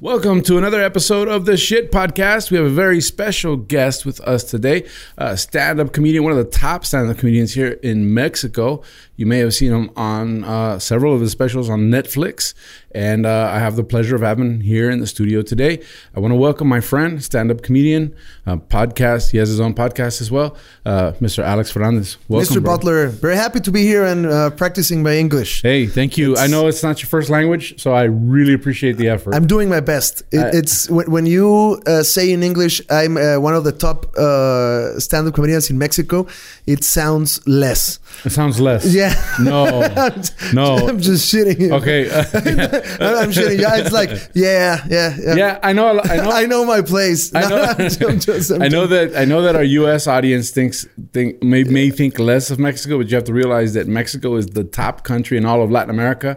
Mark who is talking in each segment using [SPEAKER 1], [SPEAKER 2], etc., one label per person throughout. [SPEAKER 1] Welcome to another episode of the Shit Podcast. We have a very special guest with us today, a stand up comedian, one of the top stand up comedians here in Mexico. You may have seen him on uh, several of his specials on Netflix. And uh, I have the pleasure of having him here in the studio today. I want to welcome my friend, stand up comedian, uh, podcast. He has his own podcast as well, uh, Mr. Alex Fernandez. Welcome,
[SPEAKER 2] Mr.
[SPEAKER 1] bro.
[SPEAKER 2] Butler, very happy to be here and uh, practicing my English.
[SPEAKER 1] Hey, thank you. I know it's not your first language, so I really appreciate the effort.
[SPEAKER 2] I'm doing my best. It,
[SPEAKER 1] I-
[SPEAKER 2] it's when, when you uh, say in English, I'm uh, one of the top uh, stand-up comedians in Mexico. It sounds less.
[SPEAKER 1] it sounds less.
[SPEAKER 2] Yeah.
[SPEAKER 1] No.
[SPEAKER 2] I'm just-
[SPEAKER 1] No.
[SPEAKER 2] I'm just shitting. you.
[SPEAKER 1] Okay.
[SPEAKER 2] I'm, I'm shitting. Yeah, it's like yeah, yeah, yeah.
[SPEAKER 1] yeah, I know. I know.
[SPEAKER 2] I know my place.
[SPEAKER 1] I know-
[SPEAKER 2] I'm just- I'm just- I'm
[SPEAKER 1] I know
[SPEAKER 2] just-
[SPEAKER 1] that I know that our U.S. audience thinks think may, may think less of Mexico, but you have to realize that Mexico is the top country in all of Latin America,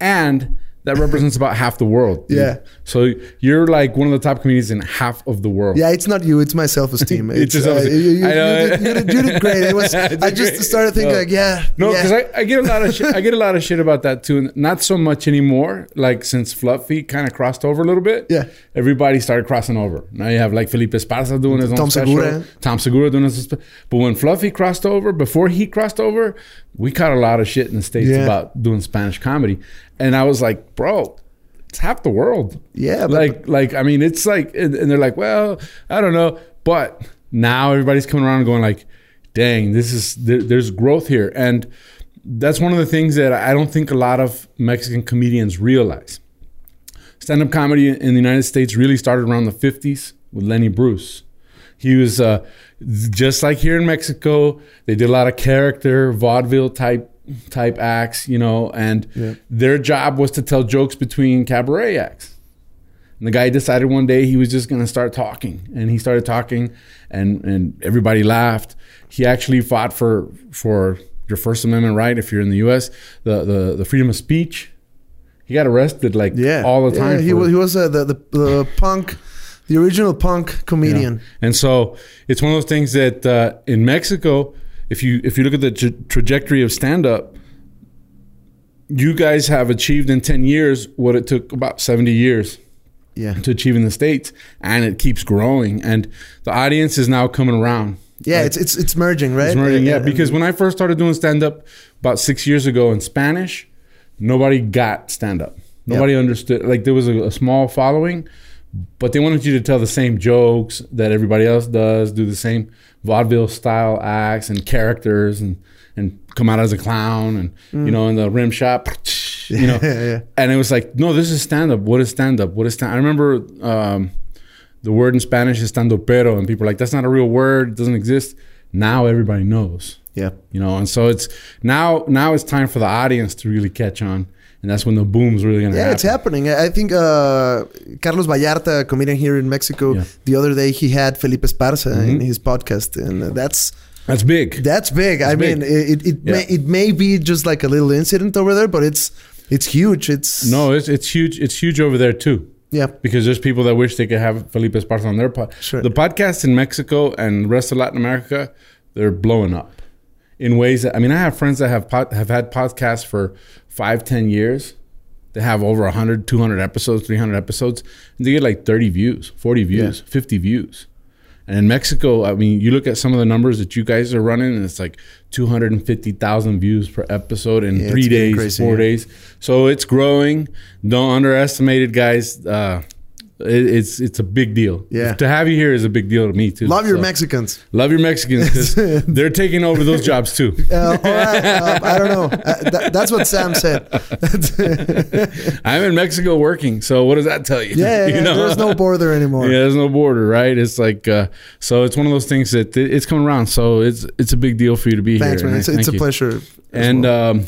[SPEAKER 1] and that represents about half the world. dude.
[SPEAKER 2] Yeah.
[SPEAKER 1] So you're like one of the top comedians in half of the world.
[SPEAKER 2] Yeah, it's not you. It's my self-esteem.
[SPEAKER 1] It's your
[SPEAKER 2] uh,
[SPEAKER 1] self-esteem.
[SPEAKER 2] you, you-
[SPEAKER 1] I know.
[SPEAKER 2] you did, you did- you did great. It was.
[SPEAKER 1] I
[SPEAKER 2] I,
[SPEAKER 1] did
[SPEAKER 2] just
[SPEAKER 1] great.
[SPEAKER 2] started thinking
[SPEAKER 1] No.
[SPEAKER 2] like, yeah,
[SPEAKER 1] No,
[SPEAKER 2] yeah.
[SPEAKER 1] because I, I get a lot of shit, I get a lot of shit about that too. and Not so much anymore. Like since Fluffy kind of crossed over a little bit,
[SPEAKER 2] Yeah.
[SPEAKER 1] everybody started crossing over. Now you have like Felipe Esparza doing his own
[SPEAKER 2] Tom
[SPEAKER 1] special,
[SPEAKER 2] Segura.
[SPEAKER 1] Tom Segura doing his. spe- But when Fluffy crossed over, before he crossed over, we caught a lot of shit in the states
[SPEAKER 2] Yeah.
[SPEAKER 1] about doing Spanish comedy, and I was like, bro. It's half the world.
[SPEAKER 2] Yeah, but-
[SPEAKER 1] like, like I mean, it's like, and and they're like, well, I don't know, but now everybody's coming around and going like, dang, this is there, there's growth here, and that's one of the things that I don't think a lot of Mexican comedians realize. Stand-up comedy in the United States really started around the '50s with Lenny Bruce. He was uh, just like here in Mexico. They did a lot of character vaudeville type type acts, you know, and their job was to tell jokes between cabaret acts. And the guy decided one day he was just going to start talking, and he started talking, and and everybody laughed. He actually fought for for your First Amendment right if you're in the U.S. the the, the freedom of speech. He got arrested like
[SPEAKER 2] yeah
[SPEAKER 1] all the time.
[SPEAKER 2] Yeah, he
[SPEAKER 1] for-
[SPEAKER 2] was he was uh, the, the the punk, the original punk
[SPEAKER 1] you know?
[SPEAKER 2] comedian.
[SPEAKER 1] And so it's one of those things that uh, in Mexico, if you if you look at the tra- trajectory of stand up, you guys have achieved in ten years what it took about seventy years
[SPEAKER 2] Yeah,
[SPEAKER 1] to achieve in the states, and it keeps growing. And the audience is now coming around.
[SPEAKER 2] yeah, it's it's it's merging, right?
[SPEAKER 1] It's merging, yeah.
[SPEAKER 2] And-
[SPEAKER 1] Because when I first started doing stand up about six years ago in Spanish, nobody got stand up. Nobody understood. Like there was a, a small following, but they wanted you to tell the same jokes that everybody else does, do the same vaudeville style acts and characters, and and come out as a clown, and you know, in the rim shot. You know,
[SPEAKER 2] Mm. yeah.
[SPEAKER 1] and it was like, no, this is stand up. What is stand up? What is stand? I remember um, the word in Spanish is "standopero," and people are like, that's not a real word. It doesn't exist. Now everybody knows,
[SPEAKER 2] yeah,
[SPEAKER 1] you know, and so it's now now it's time for the audience to really catch on, and that's when the boom's really gonna
[SPEAKER 2] yeah,
[SPEAKER 1] happen.
[SPEAKER 2] it's happening. I I think uh, Carlos Vallarta, a comedian here in Mexico,
[SPEAKER 1] Yeah. Mm-hmm.
[SPEAKER 2] the other day he had Felipe Esparza in his podcast, and uh, that's
[SPEAKER 1] That's big.
[SPEAKER 2] that's big. I
[SPEAKER 1] big.
[SPEAKER 2] mean, it it, it, may,
[SPEAKER 1] Yeah.
[SPEAKER 2] it may be just like a little incident over there, but it's it's huge. It's
[SPEAKER 1] no, it's it's huge. It's huge over there too.
[SPEAKER 2] yeah,
[SPEAKER 1] because there's people that wish they could have Felipe Esparza on their pod.
[SPEAKER 2] Sure.
[SPEAKER 1] The podcasts in Mexico and the rest of Latin America, they're blowing up in ways that I mean, I have friends that have pod, have had podcasts for five, ten years. They have over 100, 200 episodes, 300 episodes, and they get like 30 views, 40 views, 50 views. And in Mexico, I mean, you look at some of the numbers that you guys are running, and it's like 250,000 views per episode in
[SPEAKER 2] Yeah,
[SPEAKER 1] three
[SPEAKER 2] it's getting
[SPEAKER 1] days,
[SPEAKER 2] crazy,
[SPEAKER 1] four
[SPEAKER 2] yeah.
[SPEAKER 1] days days. So it's growing. Don't underestimate it, guys. Uh, it, it's it's a big deal.
[SPEAKER 2] Yeah.
[SPEAKER 1] to have you here is a big deal to me too.
[SPEAKER 2] love your
[SPEAKER 1] So,
[SPEAKER 2] Mexicans.
[SPEAKER 1] Love your Mexicans because they're taking over those jobs too.
[SPEAKER 2] Uh, all right, uh, I don't know. Uh, that, that's what Sam said.
[SPEAKER 1] I'm in Mexico working, so what does that tell you?
[SPEAKER 2] Yeah, yeah,
[SPEAKER 1] You
[SPEAKER 2] yeah.
[SPEAKER 1] know?
[SPEAKER 2] there's no border anymore.
[SPEAKER 1] Yeah, there's no border, right? It's like uh, so. It's one of those things that it- it's coming around. So it's it's a big deal for you to be
[SPEAKER 2] Thanks,
[SPEAKER 1] here.
[SPEAKER 2] man.
[SPEAKER 1] and
[SPEAKER 2] It's,
[SPEAKER 1] I
[SPEAKER 2] it's a
[SPEAKER 1] thank you.
[SPEAKER 2] pleasure. as
[SPEAKER 1] and
[SPEAKER 2] well.
[SPEAKER 1] um,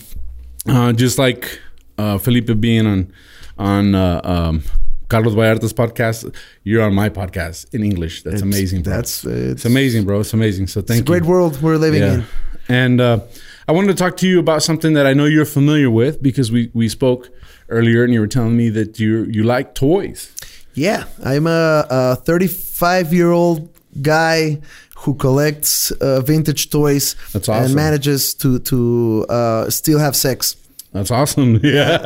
[SPEAKER 1] uh, just like uh, Felipe being on on uh, um, Carlos Vallarta's podcast. You're on my podcast in English. That's amazing, bro.
[SPEAKER 2] That's
[SPEAKER 1] it's amazing, bro. It's amazing. So thank
[SPEAKER 2] It's a great
[SPEAKER 1] you.
[SPEAKER 2] world we're living in.
[SPEAKER 1] And uh, I wanted to talk to you about something that I know you're familiar with because we, we spoke earlier and you were telling me that you you like toys.
[SPEAKER 2] Yeah, I'm a, a 35 year old guy who collects uh, vintage toys
[SPEAKER 1] That's awesome.
[SPEAKER 2] and manages to to uh, still have sex.
[SPEAKER 1] That's awesome. Yeah.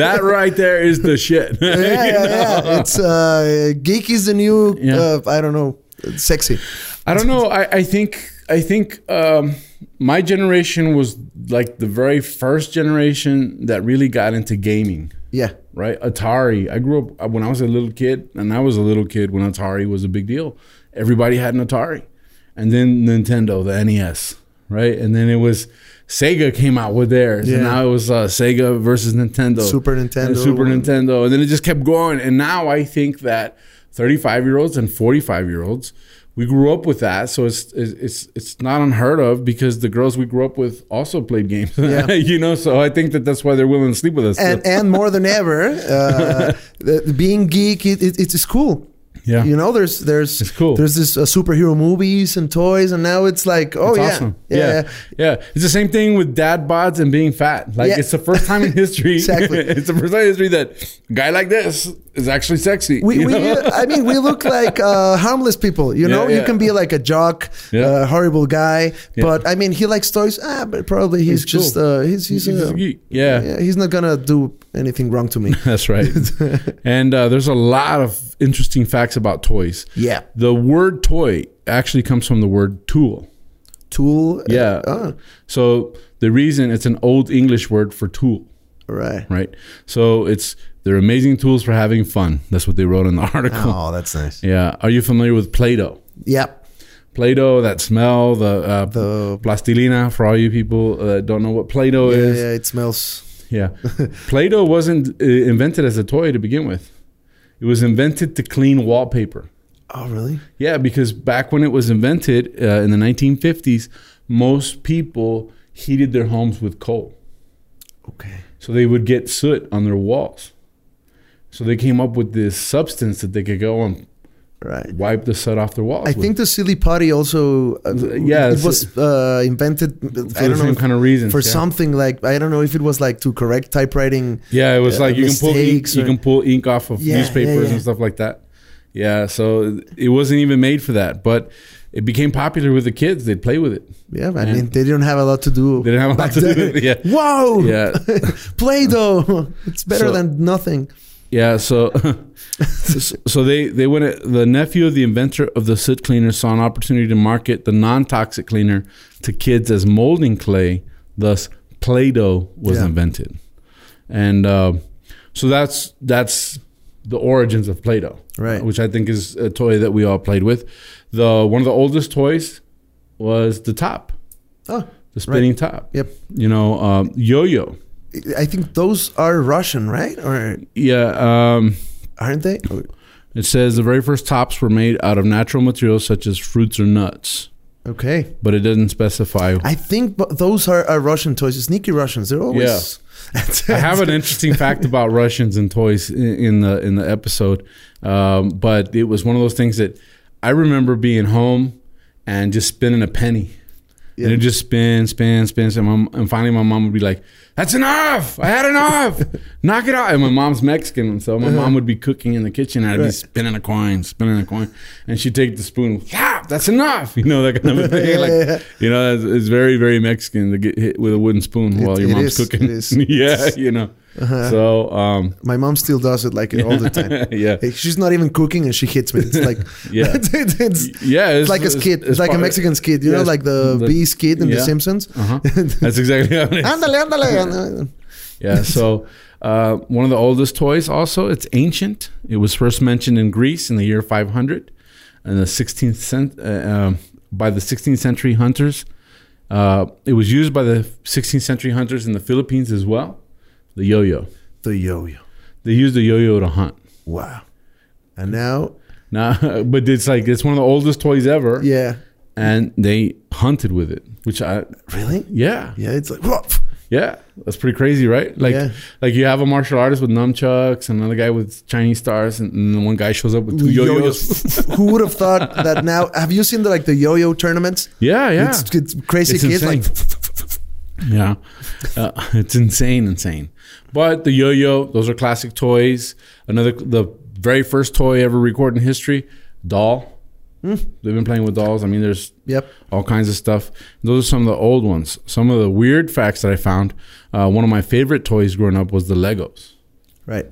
[SPEAKER 1] that right there is the shit.
[SPEAKER 2] Yeah, yeah, yeah. It's uh, geek is the new
[SPEAKER 1] Yeah.
[SPEAKER 2] uh, I don't know, sexy.
[SPEAKER 1] I don't know. I, I think I think um, my generation was like the very first generation that really got into gaming.
[SPEAKER 2] Yeah,
[SPEAKER 1] right? Atari. I grew up uh, when I was a little kid, and I was a little kid when Atari was a big deal. Everybody had an Atari, and then Nintendo, the NES, right? And then it was Sega came out with theirs, and
[SPEAKER 2] Yeah.
[SPEAKER 1] now it was uh, Sega versus Nintendo,
[SPEAKER 2] Super Nintendo.
[SPEAKER 1] and Super Nintendo, and then it just kept going. And now I think that thirty-five year olds and forty-five year olds. We grew up with that, so it's it's it's- it's not unheard of because the girls we grew up with also played games,
[SPEAKER 2] Yeah.
[SPEAKER 1] you know. So I think that that's why they're willing to sleep with us.
[SPEAKER 2] and and more than ever, uh, the- being geek it, it, it's cool.
[SPEAKER 1] yeah,
[SPEAKER 2] You know, there's there's
[SPEAKER 1] It's cool.
[SPEAKER 2] there's this uh, superhero movies and toys, and now it's like, oh
[SPEAKER 1] It's
[SPEAKER 2] yeah,
[SPEAKER 1] awesome.
[SPEAKER 2] yeah,
[SPEAKER 1] yeah, yeah. It's the same thing with dad bods and being fat. Like
[SPEAKER 2] Yeah.
[SPEAKER 1] it's the first time in history.
[SPEAKER 2] Exactly.
[SPEAKER 1] it's the first time in history that a guy like this is actually sexy.
[SPEAKER 2] We, uh,
[SPEAKER 1] you
[SPEAKER 2] we
[SPEAKER 1] know?
[SPEAKER 2] I mean, we look like uh, harmless people. You
[SPEAKER 1] Yeah,
[SPEAKER 2] know, you
[SPEAKER 1] yeah.
[SPEAKER 2] can be like a jock,
[SPEAKER 1] Yeah.
[SPEAKER 2] uh, horrible guy,
[SPEAKER 1] Yeah.
[SPEAKER 2] but I mean, he likes toys. Ah, but probably he's,
[SPEAKER 1] He's cool.
[SPEAKER 2] just uh, he's he's,
[SPEAKER 1] He's
[SPEAKER 2] uh,
[SPEAKER 1] a geek. Yeah.
[SPEAKER 2] yeah, he's not gonna do anything wrong to me.
[SPEAKER 1] That's right. and uh, there's a lot of interesting facts about toys.
[SPEAKER 2] Yeah.
[SPEAKER 1] The word toy actually comes from the word tool.
[SPEAKER 2] Tool. uh,
[SPEAKER 1] Yeah.
[SPEAKER 2] ah,
[SPEAKER 1] So the reason it's an old English word for tool.
[SPEAKER 2] oh, right.
[SPEAKER 1] right? So it's they're amazing tools for having fun. That's what they wrote in the article.
[SPEAKER 2] Oh, that's nice.
[SPEAKER 1] Yeah. Are you familiar with Play-Doh?
[SPEAKER 2] Yep.
[SPEAKER 1] Play-Doh, that smell, the, uh,
[SPEAKER 2] The-
[SPEAKER 1] plastilina for all you people uh, that don't know what Play-Doh
[SPEAKER 2] Yeah,
[SPEAKER 1] is.
[SPEAKER 2] yeah, it smells.
[SPEAKER 1] Yeah. Play-Doh wasn't uh, invented as a toy to begin with. It was invented to clean wallpaper.
[SPEAKER 2] Oh, really?
[SPEAKER 1] Yeah, because back when it was invented uh, in the 1950s, most people heated their homes with coal.
[SPEAKER 2] Okay.
[SPEAKER 1] So they would get soot on their walls. So they came up with this substance that they could go and
[SPEAKER 2] Right.
[SPEAKER 1] wipe the soot off their walls.
[SPEAKER 2] I
[SPEAKER 1] with.
[SPEAKER 2] think the silly putty also. Uh,
[SPEAKER 1] yeah,
[SPEAKER 2] it
[SPEAKER 1] it's-
[SPEAKER 2] was uh, invented. I
[SPEAKER 1] for the
[SPEAKER 2] don't know.
[SPEAKER 1] same
[SPEAKER 2] if-
[SPEAKER 1] kind of reason.
[SPEAKER 2] for something like I don't know if it was like to correct typewriting.
[SPEAKER 1] Yeah, it was
[SPEAKER 2] uh,
[SPEAKER 1] like you can pull ink,
[SPEAKER 2] mistakes
[SPEAKER 1] you
[SPEAKER 2] or-
[SPEAKER 1] can pull ink off of
[SPEAKER 2] Yeah, yeah,
[SPEAKER 1] newspapers
[SPEAKER 2] yeah.
[SPEAKER 1] and stuff like that. Yeah, so it wasn't even made for that, but it became popular with the kids. They'd play with it.
[SPEAKER 2] Yeah, I
[SPEAKER 1] Yeah.
[SPEAKER 2] mean they didn't have a lot to do.
[SPEAKER 1] They didn't have a lot
[SPEAKER 2] back
[SPEAKER 1] to do
[SPEAKER 2] then.
[SPEAKER 1] with it, yeah.
[SPEAKER 2] Whoa.
[SPEAKER 1] Yeah.
[SPEAKER 2] Play-Doh. It's better
[SPEAKER 1] So-
[SPEAKER 2] than nothing.
[SPEAKER 1] Yeah, so so they they went. The nephew of the inventor of the soot cleaner saw an opportunity to market the non toxic cleaner to kids as molding clay. Thus, Play-Doh was
[SPEAKER 2] Yeah.
[SPEAKER 1] invented, and uh, so that's that's the origins of Play-Doh,
[SPEAKER 2] Right.
[SPEAKER 1] Which I think is a toy that we all played with. The one of the oldest toys was the top,
[SPEAKER 2] Oh,
[SPEAKER 1] the spinning top.
[SPEAKER 2] Yep.
[SPEAKER 1] You know, um, yo-yo.
[SPEAKER 2] I think those are Russian, right? Or
[SPEAKER 1] Yeah. Um,
[SPEAKER 2] aren't they?
[SPEAKER 1] It says the very first tops were made out of natural materials such as fruits or nuts,
[SPEAKER 2] Okay.
[SPEAKER 1] but it doesn't specify. I,
[SPEAKER 2] I think bu- those are, are Russian toys. Sneaky Russians. They're always.
[SPEAKER 1] have an interesting fact about Russians and toys in, in the in the episode, um, but it was one of those things that I remember being home and just spinning a penny. And
[SPEAKER 2] Yeah.
[SPEAKER 1] it just spin, spin, spin, spin. My- And finally, my mom would be like, "That's enough! I had enough! Knock it out!" And my mom's Mexican, so my mom would be cooking in the kitchen, and I'd be
[SPEAKER 2] Uh-huh. Right.
[SPEAKER 1] spinning a coin, spinning a coin, and she'd take the spoon. Yeah, that's enough. You know that kind of thing.
[SPEAKER 2] Yeah,
[SPEAKER 1] like,
[SPEAKER 2] yeah, yeah.
[SPEAKER 1] you know, it's, it's very, very Mexican to get hit with a wooden spoon while your
[SPEAKER 2] it
[SPEAKER 1] mom's
[SPEAKER 2] is,
[SPEAKER 1] cooking.
[SPEAKER 2] it is.
[SPEAKER 1] yeah, you know. So, um,
[SPEAKER 2] My mom still does it like it all the time.
[SPEAKER 1] yeah,
[SPEAKER 2] Like, She's not even cooking and she hits me. It's like
[SPEAKER 1] Yeah.
[SPEAKER 2] it's, it's-
[SPEAKER 1] yeah.
[SPEAKER 2] it's like a skit. It's, like a
[SPEAKER 1] part-
[SPEAKER 2] Mexican skit, you
[SPEAKER 1] yeah,
[SPEAKER 2] know,
[SPEAKER 1] it's
[SPEAKER 2] like the,
[SPEAKER 1] the-
[SPEAKER 2] bee skit in
[SPEAKER 1] yeah.
[SPEAKER 2] The Simpsons.
[SPEAKER 1] Uh-huh. That's exactly how it is.
[SPEAKER 2] Ándale, ándale.
[SPEAKER 1] Yeah, so uh, one of the oldest toys also. It's ancient. It was first mentioned in Greece in the year 500 and the 16th cent- uh, um, by the 16th century hunters. Uh, it was used by the 16th century hunters in the Philippines as well, the yo-yo.
[SPEAKER 2] The yo-yo.
[SPEAKER 1] They used the yo-yo to hunt.
[SPEAKER 2] Wow. And now,
[SPEAKER 1] Now, but it's like it's one of the oldest toys ever
[SPEAKER 2] yeah.
[SPEAKER 1] and they hunted with it, which I
[SPEAKER 2] Really?
[SPEAKER 1] yeah.
[SPEAKER 2] Yeah, it's like, whoa.
[SPEAKER 1] Yeah, that's pretty crazy, right? Like,
[SPEAKER 2] Yeah.
[SPEAKER 1] like you have a martial artist with nunchucks, and another guy with Chinese stars, and, and one guy shows up with two
[SPEAKER 2] Yo-yos.
[SPEAKER 1] yo-yos.
[SPEAKER 2] Who would have thought that now? Have you seen the like the yo-yo tournaments?
[SPEAKER 1] yeah, yeah,
[SPEAKER 2] It's, it's crazy
[SPEAKER 1] It's
[SPEAKER 2] kids like
[SPEAKER 1] yeah, uh, it's insane, insane. But the yo-yo, those are classic toys. Another, the very first toy ever recorded in history, doll.
[SPEAKER 2] Hmm.
[SPEAKER 1] They've been playing with dolls. I mean, there's
[SPEAKER 2] Yep.
[SPEAKER 1] all kinds of stuff. Those are some of the old ones. Some of the weird facts that I found. Uh, one of my favorite toys growing up was the Legos.
[SPEAKER 2] right.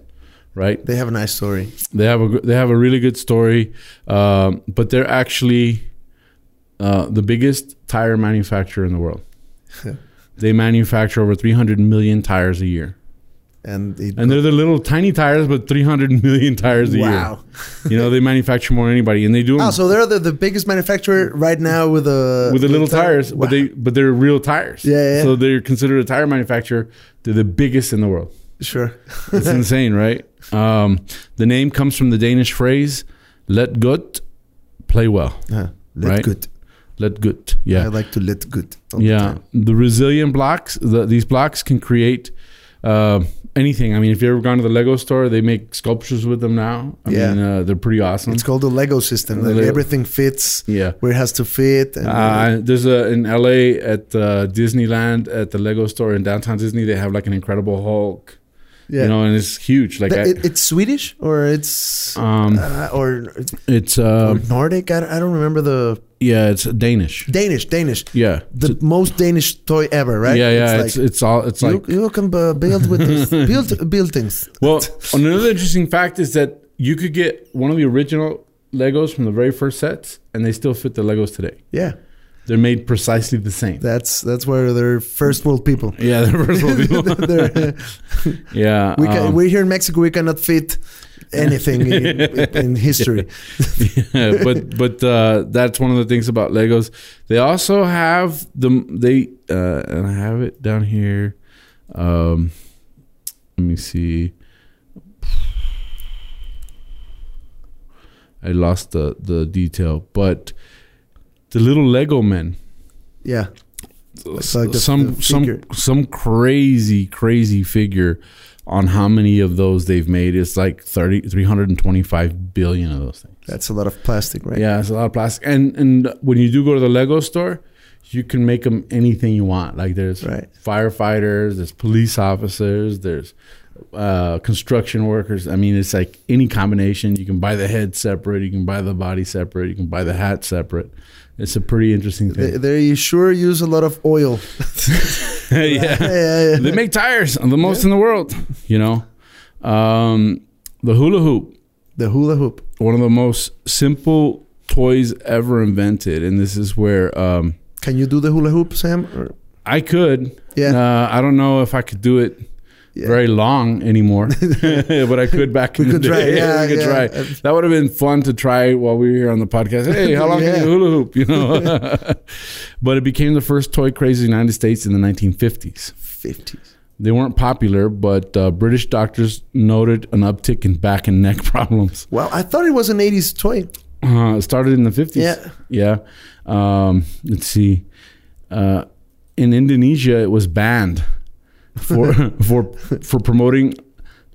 [SPEAKER 1] Right?
[SPEAKER 2] They have a nice story.
[SPEAKER 1] They have a gr- they have a really good story, um, but they're actually uh, the biggest tire manufacturer in the world. they manufacture over 300 million tires a year,
[SPEAKER 2] And, it,
[SPEAKER 1] and they're the little tiny tires, but 300 million tires a
[SPEAKER 2] wow.
[SPEAKER 1] year. You know, they manufacture more than anybody, and they do 'em
[SPEAKER 2] Oh, so they're the, the biggest manufacturer right now with the
[SPEAKER 1] with the little
[SPEAKER 2] tire-
[SPEAKER 1] tires,
[SPEAKER 2] Wow.
[SPEAKER 1] but they but they're real tires.
[SPEAKER 2] Yeah, yeah, yeah.
[SPEAKER 1] So they're considered a tire manufacturer. They're the biggest in the world.
[SPEAKER 2] sure.
[SPEAKER 1] It's insane, right? Um, the name comes from the Danish phrase "let gut play well."
[SPEAKER 2] Uh, let
[SPEAKER 1] Right.
[SPEAKER 2] good.
[SPEAKER 1] Let gut, yeah,
[SPEAKER 2] I like to let good. all the
[SPEAKER 1] yeah.
[SPEAKER 2] time.
[SPEAKER 1] The resilient blocks, the, these blocks can create uh, anything. I mean, if you ever gone to the Lego store, they make sculptures with them now. I
[SPEAKER 2] Yeah.
[SPEAKER 1] mean, uh, they're pretty awesome.
[SPEAKER 2] It's called the Lego system.
[SPEAKER 1] The
[SPEAKER 2] Like
[SPEAKER 1] Lego-
[SPEAKER 2] everything fits
[SPEAKER 1] yeah.
[SPEAKER 2] where it has to fit. And,
[SPEAKER 1] Uh, there's a in LA at uh, Disneyland at the Lego store in downtown Disney. They have like an Incredible Hulk,
[SPEAKER 2] yeah.
[SPEAKER 1] you know, and it's huge. Like
[SPEAKER 2] Th-
[SPEAKER 1] I,
[SPEAKER 2] it, it's Swedish or it's
[SPEAKER 1] um,
[SPEAKER 2] uh, or,
[SPEAKER 1] it's
[SPEAKER 2] or
[SPEAKER 1] uh,
[SPEAKER 2] Nordic. I, don't- I don't remember the
[SPEAKER 1] yeah, it's Danish.
[SPEAKER 2] Danish. Danish.
[SPEAKER 1] Yeah,
[SPEAKER 2] The most Danish toy ever, right?
[SPEAKER 1] yeah, yeah. It's
[SPEAKER 2] It's
[SPEAKER 1] it's,
[SPEAKER 2] like,
[SPEAKER 1] all it's
[SPEAKER 2] you,
[SPEAKER 1] like
[SPEAKER 2] you can uh, build with this, build buildings.
[SPEAKER 1] well. another interesting fact is that you could get one of the original Legos from the very first sets, and they still fit the Legos today.
[SPEAKER 2] Yeah,
[SPEAKER 1] They're made precisely the same.
[SPEAKER 2] that's that's where they're first world people.
[SPEAKER 1] yeah, they're first world people.
[SPEAKER 2] They're-
[SPEAKER 1] yeah,
[SPEAKER 2] we can,
[SPEAKER 1] um,
[SPEAKER 2] we're here in Mexico. We cannot fit anything in, in history.
[SPEAKER 1] yeah, but but uh, that's one of the things about Legos. They also have the they uh, and I have it down here. Um, let me see. I lost the the detail, but the little Lego men.
[SPEAKER 2] Yeah, It's like the-
[SPEAKER 1] some
[SPEAKER 2] the figure.
[SPEAKER 1] some some crazy crazy figure on how many of those they've made. It's like 30, 325 billion of those things.
[SPEAKER 2] that's a lot of plastic, right?
[SPEAKER 1] Yeah, it's a lot of plastic. And and when you do go to the Lego store, you can make them anything you want. Like there's
[SPEAKER 2] Right.
[SPEAKER 1] firefighters, there's police officers, there's uh, construction workers. I mean, it's like any combination. You can buy the head separate, you can buy the body separate, you can buy the hat separate. It's a pretty interesting
[SPEAKER 2] They,
[SPEAKER 1] thing.
[SPEAKER 2] they sure use a lot of oil.
[SPEAKER 1] yeah.
[SPEAKER 2] Yeah, yeah,
[SPEAKER 1] they make tires the most in the world, you know. Um, the hula hoop.
[SPEAKER 2] the hula hoop.
[SPEAKER 1] one of the most simple toys ever invented, and this is where um,
[SPEAKER 2] Can you do the hula hoop, Sam? Or-
[SPEAKER 1] I could.
[SPEAKER 2] Yeah.
[SPEAKER 1] Uh, I don't know if I could do it
[SPEAKER 2] Yeah.
[SPEAKER 1] very long anymore, but I could back
[SPEAKER 2] We
[SPEAKER 1] in the
[SPEAKER 2] could try,
[SPEAKER 1] day.
[SPEAKER 2] yeah,
[SPEAKER 1] we could
[SPEAKER 2] yeah.
[SPEAKER 1] try. That would have been fun to try while we were here on the podcast. Hey, how long
[SPEAKER 2] Yeah.
[SPEAKER 1] can you hula hoop? You know. but it became the first toy craze in the United States in the 1950s.
[SPEAKER 2] 50s.
[SPEAKER 1] They weren't popular, but uh, British doctors noted an uptick in back and neck problems.
[SPEAKER 2] Well, I thought it was an 80s toy.
[SPEAKER 1] Uh, it started in the 50s.
[SPEAKER 2] Yeah.
[SPEAKER 1] Yeah. Um, let's see. Uh, in Indonesia, it was banned for for for promoting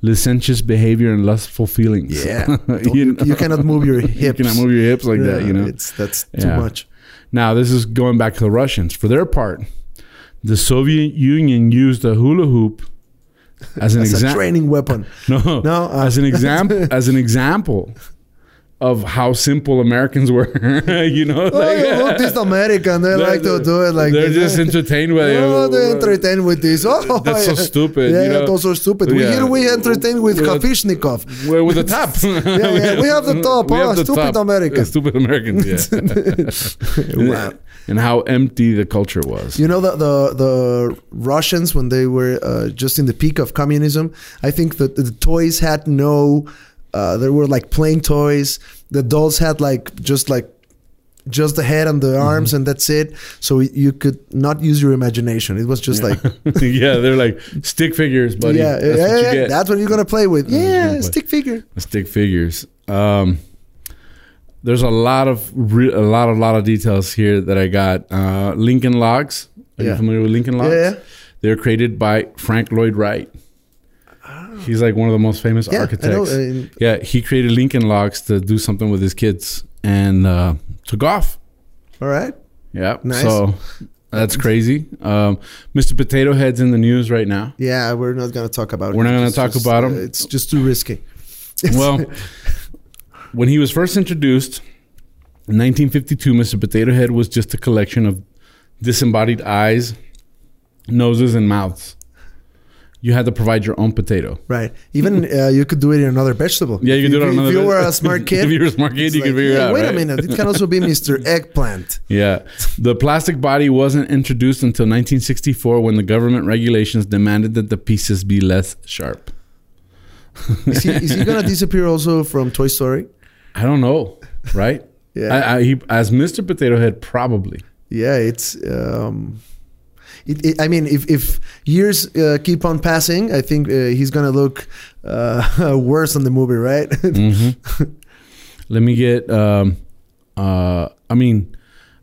[SPEAKER 1] licentious behavior and lustful feelings.
[SPEAKER 2] Yeah. Don't-
[SPEAKER 1] you,
[SPEAKER 2] you,
[SPEAKER 1] know,
[SPEAKER 2] you cannot move your hips.
[SPEAKER 1] you cannot move your hips like that,
[SPEAKER 2] Yeah,
[SPEAKER 1] you know.
[SPEAKER 2] It's, that's
[SPEAKER 1] Yeah.
[SPEAKER 2] too much.
[SPEAKER 1] Now, this is going back to the Russians. For their part, the Soviet Union used the hula hoop as an
[SPEAKER 2] It's a
[SPEAKER 1] example.
[SPEAKER 2] training weapon.
[SPEAKER 1] No,
[SPEAKER 2] No, uh,
[SPEAKER 1] as an example, as an example of how simple Americans were, you know.
[SPEAKER 2] Oh,
[SPEAKER 1] like-
[SPEAKER 2] you look, this American. They like to do it like
[SPEAKER 1] they're
[SPEAKER 2] this.
[SPEAKER 1] just entertained by uh, it.
[SPEAKER 2] Oh, they entertain with this. Oh,
[SPEAKER 1] uh, That's so
[SPEAKER 2] yeah.
[SPEAKER 1] stupid,
[SPEAKER 2] Yeah,
[SPEAKER 1] you know?
[SPEAKER 2] those are stupid. We
[SPEAKER 1] Yeah.
[SPEAKER 2] Here we entertain with
[SPEAKER 1] Well,
[SPEAKER 2] Kapishnikov.
[SPEAKER 1] We're with the top.
[SPEAKER 2] yeah, we have the top.
[SPEAKER 1] We
[SPEAKER 2] Oh,
[SPEAKER 1] have the
[SPEAKER 2] stupid
[SPEAKER 1] top.
[SPEAKER 2] Americans.
[SPEAKER 1] Stupid Americans. Yeah.
[SPEAKER 2] Wow.
[SPEAKER 1] And how empty the culture was.
[SPEAKER 2] You know the the, the Russians when they were uh, just in the peak of communism. I think that the toys had no. Uh, there were like plain toys. The dolls had like just like just the head and
[SPEAKER 1] Mm-hmm.
[SPEAKER 2] the arms and that's it. So you could not use your imagination. It was just like
[SPEAKER 1] yeah, they're like stick figures, buddy.
[SPEAKER 2] yeah,
[SPEAKER 1] that's
[SPEAKER 2] yeah,
[SPEAKER 1] what you
[SPEAKER 2] yeah,
[SPEAKER 1] get. Mm-hmm.
[SPEAKER 2] that's what you're gonna play with.
[SPEAKER 1] That's what you're
[SPEAKER 2] Yeah,
[SPEAKER 1] gonna play.
[SPEAKER 2] stick figure.
[SPEAKER 1] stick figures. Um, there's a lot of re- a lot of lot of details here that I got. Uh, Lincoln Logs. Are you
[SPEAKER 2] Yeah.
[SPEAKER 1] familiar with Lincoln Logs?
[SPEAKER 2] Yeah, yeah.
[SPEAKER 1] They're created by Frank Lloyd Wright. He's like one of the most famous
[SPEAKER 2] Ah. Yeah, I know,
[SPEAKER 1] architects.
[SPEAKER 2] uh,
[SPEAKER 1] yeah, he created Lincoln Logs to do something with his kids and uh, took off.
[SPEAKER 2] All right.
[SPEAKER 1] Yeah.
[SPEAKER 2] Nice.
[SPEAKER 1] So that's crazy. Um, Mr. Potato Head's in the news right now.
[SPEAKER 2] Yeah, we're not gonna talk about.
[SPEAKER 1] We're
[SPEAKER 2] it.
[SPEAKER 1] not gonna
[SPEAKER 2] It's
[SPEAKER 1] talk
[SPEAKER 2] just-
[SPEAKER 1] about 'em.
[SPEAKER 2] uh, It's just too risky.
[SPEAKER 1] Well, when he was first introduced in 1952, Mr. Potato Head was just a collection of disembodied eyes, noses, and mouths. You had to provide your own potato.
[SPEAKER 2] right. Even uh, you could do it in another vegetable.
[SPEAKER 1] Yeah, you could
[SPEAKER 2] If
[SPEAKER 1] do it on another.
[SPEAKER 2] If you were
[SPEAKER 1] bit.
[SPEAKER 2] a smart kid,
[SPEAKER 1] if you were a smart kid,
[SPEAKER 2] it's
[SPEAKER 1] you could
[SPEAKER 2] like,
[SPEAKER 1] figure it
[SPEAKER 2] "Hey,
[SPEAKER 1] out.
[SPEAKER 2] Wait a
[SPEAKER 1] right?
[SPEAKER 2] minute, it can also be Mr. Eggplant.
[SPEAKER 1] Yeah. The plastic body wasn't introduced until 1964 when the government regulations demanded that the pieces be less sharp.
[SPEAKER 2] Is he, is he gonna disappear also from Toy Story?
[SPEAKER 1] I don't know, right?
[SPEAKER 2] Yeah.
[SPEAKER 1] I, I, he, as Mr. Potato Head, probably.
[SPEAKER 2] Yeah, it's. Um, it, it, I mean, if, if years uh, keep on passing, I think uh, he's gonna look uh, worse on the movie, right?
[SPEAKER 1] Mm-hmm. Let me get. Um, uh, I mean,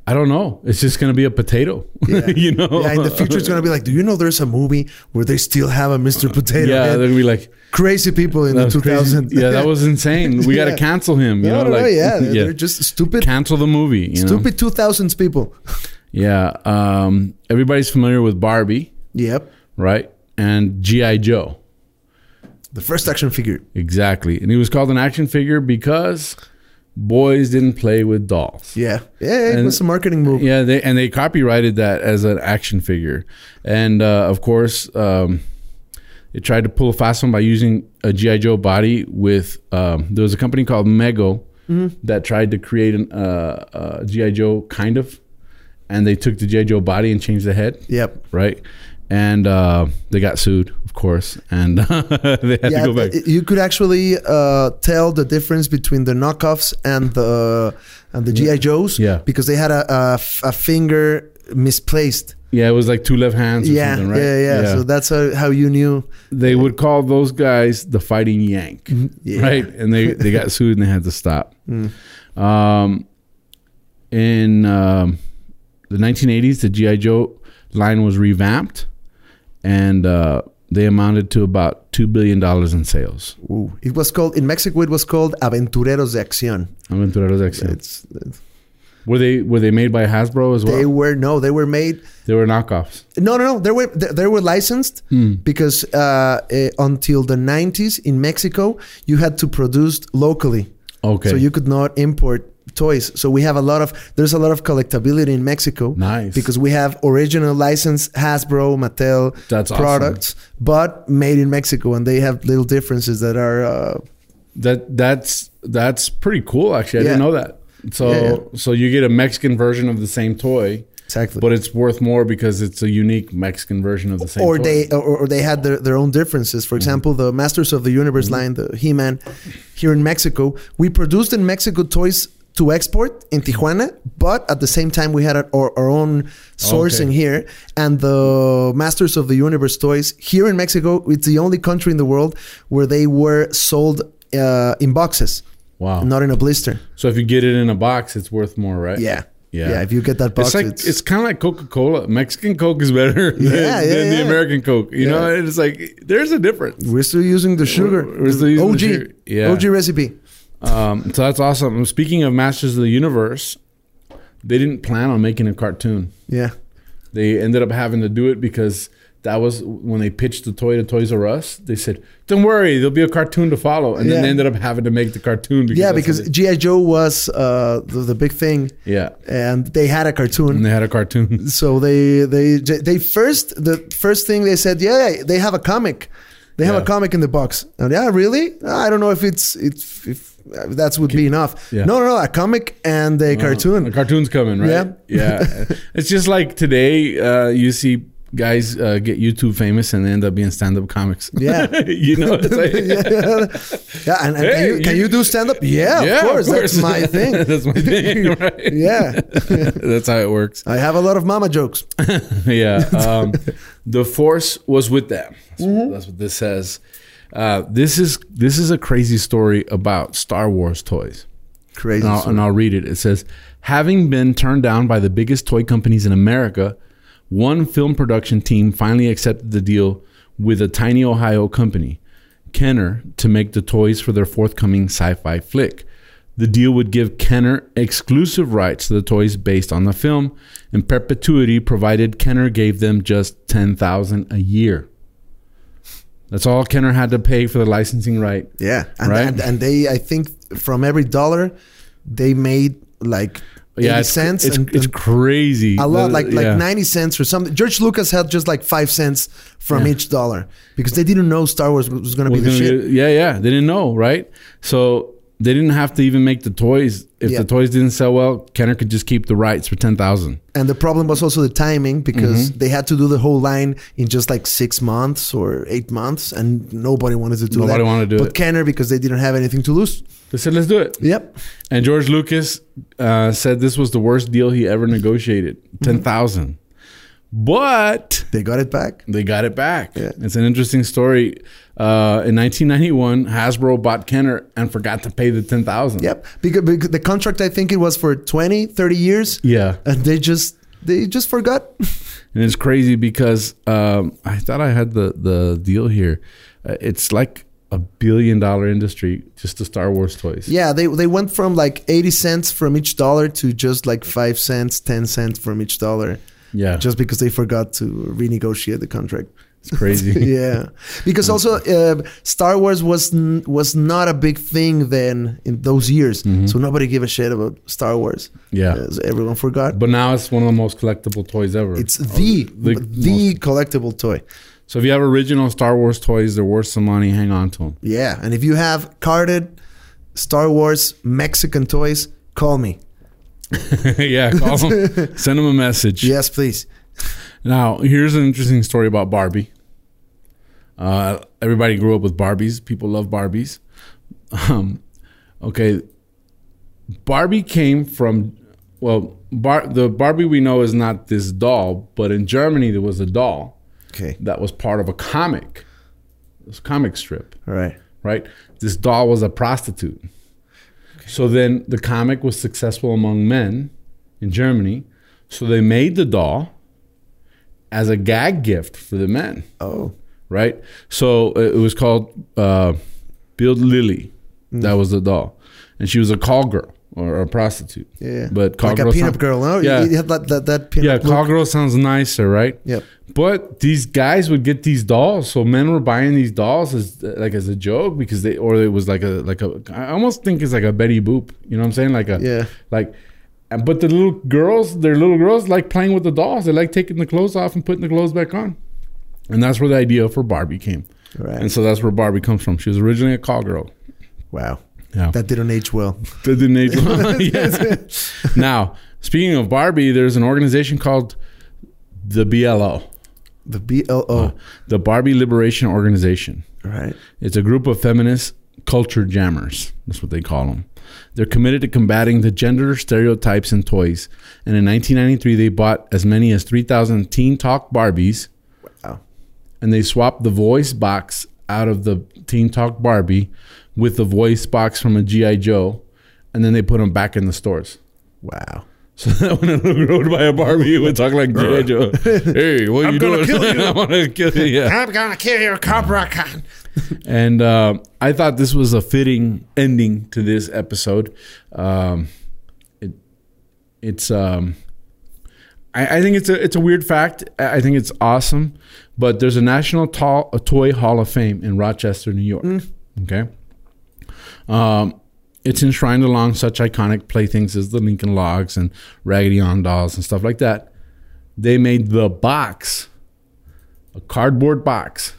[SPEAKER 1] I don't know. It's just gonna be a potato.
[SPEAKER 2] Yeah.
[SPEAKER 1] you know.
[SPEAKER 2] yeah, in the future, it's gonna be like, do you know there's a movie where they still have a Mr. Potato?
[SPEAKER 1] Yeah,
[SPEAKER 2] Head?
[SPEAKER 1] they're gonna be like
[SPEAKER 2] crazy people in
[SPEAKER 1] that
[SPEAKER 2] the
[SPEAKER 1] was
[SPEAKER 2] 2000.
[SPEAKER 1] crazy. Yeah, that was insane. We
[SPEAKER 2] Yeah.
[SPEAKER 1] gotta cancel him. You
[SPEAKER 2] no,
[SPEAKER 1] know,
[SPEAKER 2] no, no,
[SPEAKER 1] like
[SPEAKER 2] yeah, they're, they're just stupid,
[SPEAKER 1] cancel the movie. You know.
[SPEAKER 2] stupid 2000s people.
[SPEAKER 1] Yeah. Um, everybody's familiar with Barbie,
[SPEAKER 2] Yep,
[SPEAKER 1] right? And GI Joe.
[SPEAKER 2] the first action figure.
[SPEAKER 1] Exactly. And he was called an action figure because boys didn't play with dolls.
[SPEAKER 2] Yeah, yeah, it
[SPEAKER 1] And-
[SPEAKER 2] was a marketing move.
[SPEAKER 1] Yeah, they, and they copyrighted that as an action figure, and uh, of course, um, they tried to pull a fast one by using a GI Joe body with. Um, there was a company called Mego that tried to create an uh, uh, GI Joe kind of, and they took the GI Joe body and changed the head,
[SPEAKER 2] Yep.
[SPEAKER 1] right? And uh, they got sued, of course, and they had
[SPEAKER 2] Yeah,
[SPEAKER 1] to go back.
[SPEAKER 2] th- you could actually uh, tell the difference between the knockoffs and the and the GI Joes,
[SPEAKER 1] Yeah.
[SPEAKER 2] because they had a, a f- a finger misplaced.
[SPEAKER 1] yeah, it was like two left hands. Or
[SPEAKER 2] Yeah,
[SPEAKER 1] something, right?
[SPEAKER 2] yeah, yeah, So that's how, how you knew.
[SPEAKER 1] they would call those guys the fighting yank
[SPEAKER 2] Mm-hmm. Yeah. Mm.
[SPEAKER 1] right and they, they got sued and they had to stop um, in um, the 1980s the gi joe line was revamped and uh, they amounted to about $2 billion in sales
[SPEAKER 2] Ooh. It was called in Mexico. It was called Aventureros de Acción.
[SPEAKER 1] Aventureros Excellent.
[SPEAKER 2] It's,
[SPEAKER 1] were they were they made by hasbro as well
[SPEAKER 2] they
[SPEAKER 1] they,
[SPEAKER 2] were no, they were made
[SPEAKER 1] were knockoffs
[SPEAKER 2] No, no, no. They were they, they were licensed
[SPEAKER 1] Hmm.
[SPEAKER 2] because uh, eh, until the '90s in Mexico, you had to produce locally,
[SPEAKER 1] okay
[SPEAKER 2] so you could not import toys. So we have a lot of there's a lot of collectability in Mexico
[SPEAKER 1] nice
[SPEAKER 2] because we have original licensed Hasbro, Mattel
[SPEAKER 1] That's awesome.
[SPEAKER 2] products, but made in Mexico, and they have little differences that are. Uh,
[SPEAKER 1] That that's that's pretty cool. Actually, I
[SPEAKER 2] Yeah.
[SPEAKER 1] didn't know that. So
[SPEAKER 2] Yeah,
[SPEAKER 1] so you get a Mexican version of the same toy,
[SPEAKER 2] Exactly.
[SPEAKER 1] but it's worth more because it's a unique Mexican version of the same. Mm-hmm.
[SPEAKER 2] or
[SPEAKER 1] toy.
[SPEAKER 2] they or, or they had their, their own differences. For example, the Masters of the Universe
[SPEAKER 1] Mm-hmm.
[SPEAKER 2] line, the He Man, here in Mexico, we produced in Mexico toys to export in
[SPEAKER 1] Mm-hmm.
[SPEAKER 2] Tijuana, but at the same time we had our, our, our own sourcing
[SPEAKER 1] Okay.
[SPEAKER 2] here. And the Masters of the Universe toys here in Mexico, it's the only country in the world where they were sold uh, in boxes,
[SPEAKER 1] wow.
[SPEAKER 2] not in a blister.
[SPEAKER 1] so if you get it in a box, it's worth more, right?
[SPEAKER 2] Yeah.
[SPEAKER 1] Yeah.
[SPEAKER 2] If you get that
[SPEAKER 1] it's
[SPEAKER 2] box,
[SPEAKER 1] like it's, kind of like Coca Cola. Mexican Coke is better than,
[SPEAKER 2] Yeah, yeah,
[SPEAKER 1] than
[SPEAKER 2] yeah.
[SPEAKER 1] the American Coke. You know, and it's like there's a difference.
[SPEAKER 2] we're still using the sugar.
[SPEAKER 1] We're- we're still using the
[SPEAKER 2] OG,
[SPEAKER 1] sugar. Yeah.
[SPEAKER 2] OG recipe.
[SPEAKER 1] Um, so that's awesome. Speaking of Masters of the Universe, they didn't plan on making a cartoon.
[SPEAKER 2] Yeah.
[SPEAKER 1] They ended up having to do it because that was when they pitched the toy to Toys R Us. They said, "Don't worry, there'll be a cartoon to follow," and
[SPEAKER 2] Yeah.
[SPEAKER 1] then they ended up having to make the cartoon. Because
[SPEAKER 2] yeah,
[SPEAKER 1] that's
[SPEAKER 2] because
[SPEAKER 1] what
[SPEAKER 2] GI Joe was uh, the, the big thing,
[SPEAKER 1] they- yeah,
[SPEAKER 2] and they had a
[SPEAKER 1] and
[SPEAKER 2] cartoon.
[SPEAKER 1] they had a cartoon.
[SPEAKER 2] So they they they first the first thing they said, yeah, they have a comic, they have a
[SPEAKER 1] Yeah.
[SPEAKER 2] comic in the box. And yeah, really? I don't know if it's it's if uh, that would be enough.
[SPEAKER 1] Yeah. Oh,
[SPEAKER 2] No, no, no, a comic and a
[SPEAKER 1] the
[SPEAKER 2] cartoon.
[SPEAKER 1] cartoon's coming, right? Yeah, it's just like today. Uh, you see guys uh, get YouTube famous and they end up being stand-up comics.
[SPEAKER 2] Yeah.
[SPEAKER 1] you know, it's like,
[SPEAKER 2] yeah, yeah, and, and
[SPEAKER 1] Hey,
[SPEAKER 2] can, you, can
[SPEAKER 1] you-
[SPEAKER 2] you do stand up? Yeah, of, course. That's my thing.
[SPEAKER 1] That's my thing. Right?
[SPEAKER 2] Yeah,
[SPEAKER 1] that's how it works.
[SPEAKER 2] I have a lot of mama jokes.
[SPEAKER 1] yeah. Um, the force was with them. That's, what- that's what this says. Uh, this is this is a crazy story about Star Wars toys.
[SPEAKER 2] Crazy.
[SPEAKER 1] And I'll, and I'll read it. It says, having been turned down by the biggest toy companies in America, One film production team finally accepted the deal with a tiny Ohio company, Kenner, to make the toys for their forthcoming sci fi flick. The deal would give Kenner exclusive rights to the toys based on the film in perpetuity, provided Kenner gave them just $10,000 a year. That's all Kenner had to pay for the licensing right.
[SPEAKER 2] Yeah, and,
[SPEAKER 1] Right.
[SPEAKER 2] and and they, I think, from every dollar, they made like eighty
[SPEAKER 1] Yeah, it's,
[SPEAKER 2] cents
[SPEAKER 1] it's,
[SPEAKER 2] and,
[SPEAKER 1] it's
[SPEAKER 2] and
[SPEAKER 1] crazy. Uh,
[SPEAKER 2] a lot, like like
[SPEAKER 1] Yeah.
[SPEAKER 2] ninety cents or something. George Lucas had just like five cents from each dollar because they didn't know Star Wars was going to be the
[SPEAKER 1] was gonna
[SPEAKER 2] shit.
[SPEAKER 1] be- yeah, yeah. They didn't know, right? So they didn't have to even make the toys. If
[SPEAKER 2] Yeah.
[SPEAKER 1] the toys didn't sell well, Kenner could just keep the rights for ten thousand.
[SPEAKER 2] And the problem was also the timing because
[SPEAKER 1] Mm-hmm.
[SPEAKER 2] they had to do the whole line in just like six months or eight months, and nobody wanted to do that.
[SPEAKER 1] Nobody wanted to do
[SPEAKER 2] but
[SPEAKER 1] it.
[SPEAKER 2] Kenner because they didn't have anything to lose.
[SPEAKER 1] They said, "Let's do it."
[SPEAKER 2] Yep.
[SPEAKER 1] And George Lucas uh, said this was the worst deal he ever negotiated, ten thousand. But
[SPEAKER 2] They got it back.
[SPEAKER 1] they got it back.
[SPEAKER 2] Yeah.
[SPEAKER 1] It's an interesting story. Uh, in 1991, Hasbro bought Kenner and forgot to pay the ten thousand.
[SPEAKER 2] Yep. Because, because the contract, I think it was for 20, 30 years.
[SPEAKER 1] Yeah.
[SPEAKER 2] and they just they just forgot.
[SPEAKER 1] and it's crazy because um, I thought I had the the deal here. Uh, it's like a billion dollar industry just the Star Wars toys.
[SPEAKER 2] yeah, they they went from like eighty cents from each dollar to just like five cents, ten cents from each dollar,
[SPEAKER 1] yeah,
[SPEAKER 2] just because they forgot to renegotiate the contract.
[SPEAKER 1] it's crazy.
[SPEAKER 2] yeah, because also uh, Star Wars was n- was not a big thing then in those years, so nobody gave a shit about Star Wars.
[SPEAKER 1] Yeah.
[SPEAKER 2] Uh, so everyone forgot.
[SPEAKER 1] But now it's one of the most collectible toys ever.
[SPEAKER 2] It's the Oh, the,
[SPEAKER 1] the most-
[SPEAKER 2] collectible toy.
[SPEAKER 1] so if you have original Star Wars toys, they're worth some money. Hang on to them.
[SPEAKER 2] Yeah, and if you have carded Star Wars Mexican toys, call me.
[SPEAKER 1] yeah, call them, send them a message.
[SPEAKER 2] Yes, please.
[SPEAKER 1] Now, here's an interesting story about Barbie. Uh, everybody grew up with Barbies. People love Barbies. Um, okay, Barbie came from well, Bar- the Barbie we know is not this doll, but in Germany there was a doll
[SPEAKER 2] Okay.
[SPEAKER 1] that was part of a comic. It was a comic strip,
[SPEAKER 2] All right.
[SPEAKER 1] right? This doll was a prostitute. So then the comic was successful among men in Germany. So they made the doll as a gag gift for the men,
[SPEAKER 2] Oh.
[SPEAKER 1] right? So uh, it was called uh, Build Lily.
[SPEAKER 2] Mm.
[SPEAKER 1] That was the doll. And she was a call girl or a prostitute.
[SPEAKER 2] Yeah.
[SPEAKER 1] But call
[SPEAKER 2] like
[SPEAKER 1] girl
[SPEAKER 2] a pinup
[SPEAKER 1] sound-
[SPEAKER 2] girl, no?
[SPEAKER 1] Yeah.
[SPEAKER 2] You, you had that that, that pinup.
[SPEAKER 1] Yeah,
[SPEAKER 2] look.
[SPEAKER 1] call girl sounds nicer, right?
[SPEAKER 2] Yep.
[SPEAKER 1] But these guys would get these dolls, so men were buying these dolls as like as a joke because they or it was like a like a I almost think it's like a Betty Boop, you know what I'm saying? Like a
[SPEAKER 2] Yeah.
[SPEAKER 1] like. and- But the little girls, their little girls like playing with the dolls. They like taking the clothes off and putting the clothes back on, and that's where the idea for Barbie came.
[SPEAKER 2] Right.
[SPEAKER 1] And so that's where Barbie comes from. She was originally a call girl.
[SPEAKER 2] Wow.
[SPEAKER 1] Yeah.
[SPEAKER 2] That didn't age well.
[SPEAKER 1] Did the Nate- Yeah. Now, speaking of Barbie, there's an organization called the BLO,
[SPEAKER 2] The BLO.
[SPEAKER 1] the Barbie Liberation Organization.
[SPEAKER 2] Right.
[SPEAKER 1] It's a group of feminist culture jammers. That's what they call them. They're committed to combating the gender stereotypes in toys. And in 1993, they bought as many as 3,000 Teen Talk Barbies
[SPEAKER 2] Wow.
[SPEAKER 1] and they swapped the voice box out of the Teen Talk Barbie with the voice box from a G.I. Joe. And then they put them back in the stores.
[SPEAKER 2] Wow.
[SPEAKER 1] So that when a little girl would buy a Barbie, it would talk like G.I. Joe. Hey, what you
[SPEAKER 2] gonna
[SPEAKER 1] doing?
[SPEAKER 2] kill you.
[SPEAKER 1] I'm gonna kill you. Yeah.
[SPEAKER 2] I'm gonna kill your Cobra Khan.
[SPEAKER 1] And uh, I thought this was a fitting ending to this episode. Um, it, it's um, I, I think it's a it's a weird fact. I I think it's awesome, but there's a National to- a Toy Hall of Fame in Rochester, New York. Okay, um, it's enshrined along such iconic playthings as the Lincoln Logs and Raggedy Ann dolls and stuff like that. They made the box, a cardboard box,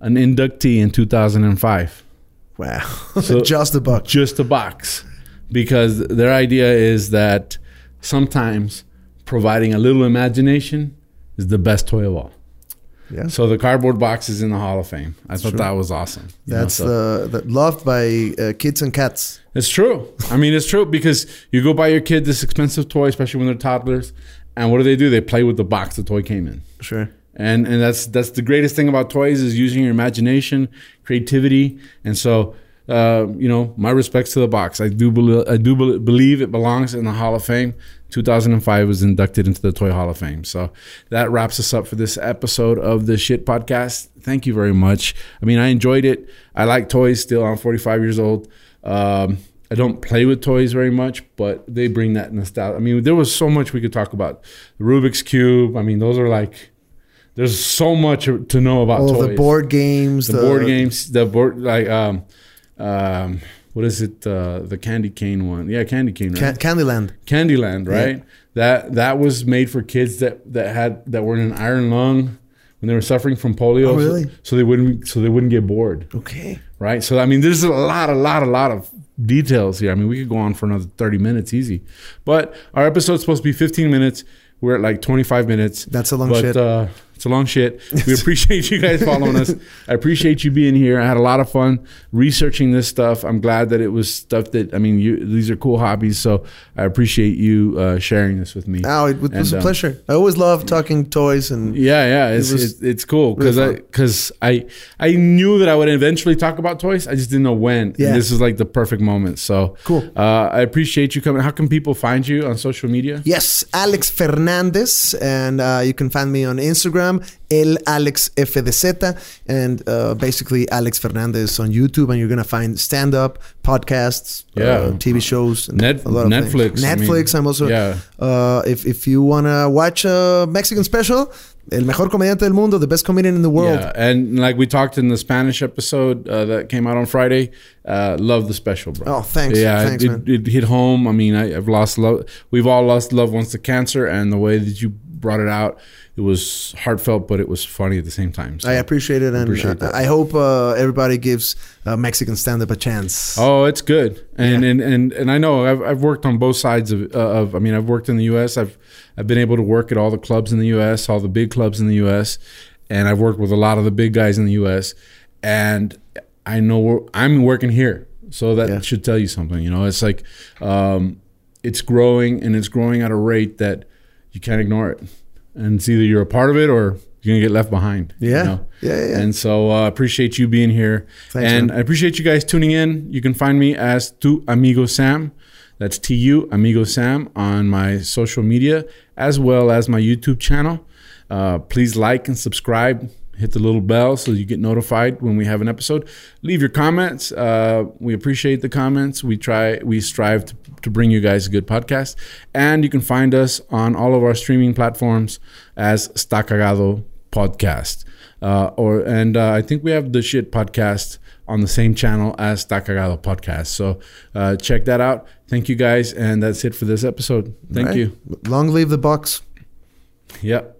[SPEAKER 1] an inductee in 2005.
[SPEAKER 2] Wow.
[SPEAKER 1] So-
[SPEAKER 2] Just the buck.
[SPEAKER 1] Just a box. Because their idea is that sometimes providing a little imagination is the best toy of all.
[SPEAKER 2] Yeah.
[SPEAKER 1] So the cardboard box is in the Hall of Fame. I thought that was awesome. You know,
[SPEAKER 2] That's
[SPEAKER 1] so-
[SPEAKER 2] uh, that loved by uh, kids and cats.
[SPEAKER 1] It's true. I mean, it's true because you go buy your kid this expensive toy, especially when they're toddlers, and what do they do? They play with the box the toy came in.
[SPEAKER 2] Sure.
[SPEAKER 1] And and that's that's the greatest thing about toys is using your imagination, creativity, and so uh, you know, my respects to the box. I do believe I do bel- believe it belongs in the Hall of Fame. 2005 was inducted into the Toy Hall of Fame. So that wraps us up for this episode of the Shit Podcast. Thank you very much. I mean, I enjoyed it. I like toys still. I'm 45 years old. Um, I don't play with toys very much, but they bring that nostalgia. I mean, there was so much we could talk about. The Rubik's Cube. I mean, those are like, there's so much to know about
[SPEAKER 2] All
[SPEAKER 1] toys
[SPEAKER 2] of Oh, the board games,
[SPEAKER 1] the, board games, the board like um, um, what is it? Uh, the candy cane one, yeah, candy cane,
[SPEAKER 2] Ca-
[SPEAKER 1] right?
[SPEAKER 2] Candyland.
[SPEAKER 1] Candyland, right? That that was made for kids that that had that were in an iron lung when they were suffering from polio,
[SPEAKER 2] Oh,
[SPEAKER 1] so-
[SPEAKER 2] really?
[SPEAKER 1] so, they wouldn't so they wouldn't get bored,
[SPEAKER 2] Okay.
[SPEAKER 1] right? So I mean, there's a lot, a lot, a lot of details here. I mean, we could go on for another 30 minutes easy, but our episode's supposed to be 15 minutes. We're at like 25 minutes
[SPEAKER 2] That's a long
[SPEAKER 1] but,
[SPEAKER 2] shit.
[SPEAKER 1] Uh, it's a long shit. We appreciate you guys following us. I appreciate you being here. I had a lot of fun researching this stuff. I'm glad that it was stuff that I mean, you, these are cool hobbies. So I appreciate you uh, sharing this with me.
[SPEAKER 2] oh, it, was-
[SPEAKER 1] And,
[SPEAKER 2] was a
[SPEAKER 1] um,
[SPEAKER 2] pleasure. I always love talking toys and
[SPEAKER 1] Yeah, yeah, it's
[SPEAKER 2] It was
[SPEAKER 1] it's, it's cool because
[SPEAKER 2] really
[SPEAKER 1] I because I I knew that I would eventually talk about toys. I just didn't know when.
[SPEAKER 2] Yeah.
[SPEAKER 1] And this is like the perfect moment. So
[SPEAKER 2] Cool.
[SPEAKER 1] Uh, I appreciate you coming. How can people find you on social media?
[SPEAKER 2] Yes, Alex Fernandez, and uh, you can find me on Instagram, El Alex FDZ, and uh, basically Alex Fernandez on YouTube, and you're gonna find stand up, podcasts,
[SPEAKER 1] Yeah.
[SPEAKER 2] uh, TV shows, and
[SPEAKER 1] Net- Netflix,
[SPEAKER 2] things.
[SPEAKER 1] I mean,
[SPEAKER 2] Netflix. I'm also.
[SPEAKER 1] yeah.
[SPEAKER 2] Uh, if if you wanna watch a Mexican special, El mejor comediante del mundo, the best comedian in the world.
[SPEAKER 1] Yeah, and like we talked in the Spanish episode uh, that came out on Friday, uh, love the special, bro.
[SPEAKER 2] Oh, thanks.
[SPEAKER 1] Yeah,
[SPEAKER 2] Thanks,
[SPEAKER 1] it,
[SPEAKER 2] man.
[SPEAKER 1] it hit home. I mean, I, I've lost love. We've all lost loved ones to cancer, and the way that you brought it out, it was heartfelt, but it was funny at the same time. So.
[SPEAKER 2] I appreciate it, and
[SPEAKER 1] Appreciate
[SPEAKER 2] uh,
[SPEAKER 1] that.
[SPEAKER 2] I hope uh, everybody gives uh, Mexican stand up a chance.
[SPEAKER 1] Oh, it's good, and and, and and I know I've, I've worked on both sides of, uh, of I mean I've worked in the U.S. I've I've been able to work at all the clubs in the U.S., all the big clubs in the U.S., and I've worked with a lot of the big guys in the U.S. And I know we're, I'm working here, so that
[SPEAKER 2] Yeah.
[SPEAKER 1] should tell you something. You know, it's like um, it's growing and it's growing at a rate that you can't ignore it, and it's either you're a part of it or you're gonna get left behind. you
[SPEAKER 2] Yeah.
[SPEAKER 1] know?
[SPEAKER 2] Yeah, yeah, yeah.
[SPEAKER 1] And so I uh, appreciate you being here.
[SPEAKER 2] Thanks,
[SPEAKER 1] and
[SPEAKER 2] man.
[SPEAKER 1] I appreciate you guys tuning in. You can find me as Tu Amigo Sam. That's T U Amigo Sam on my social media as well as my YouTube channel. Uh, please like and subscribe. Hit the little bell so you get notified when we have an episode. Leave your comments. Uh, we appreciate the comments. We try, we strive to, to bring you guys a good podcast. And you can find us on all of our streaming platforms as Está Cagado podcast. Uh, or and uh, I think we have the shit podcast on the same channel as Takagado podcast. So uh, check that out. Thank you guys, and that's it for this episode. Thank
[SPEAKER 2] Right?
[SPEAKER 1] you.
[SPEAKER 2] Long live the box.
[SPEAKER 1] Yep.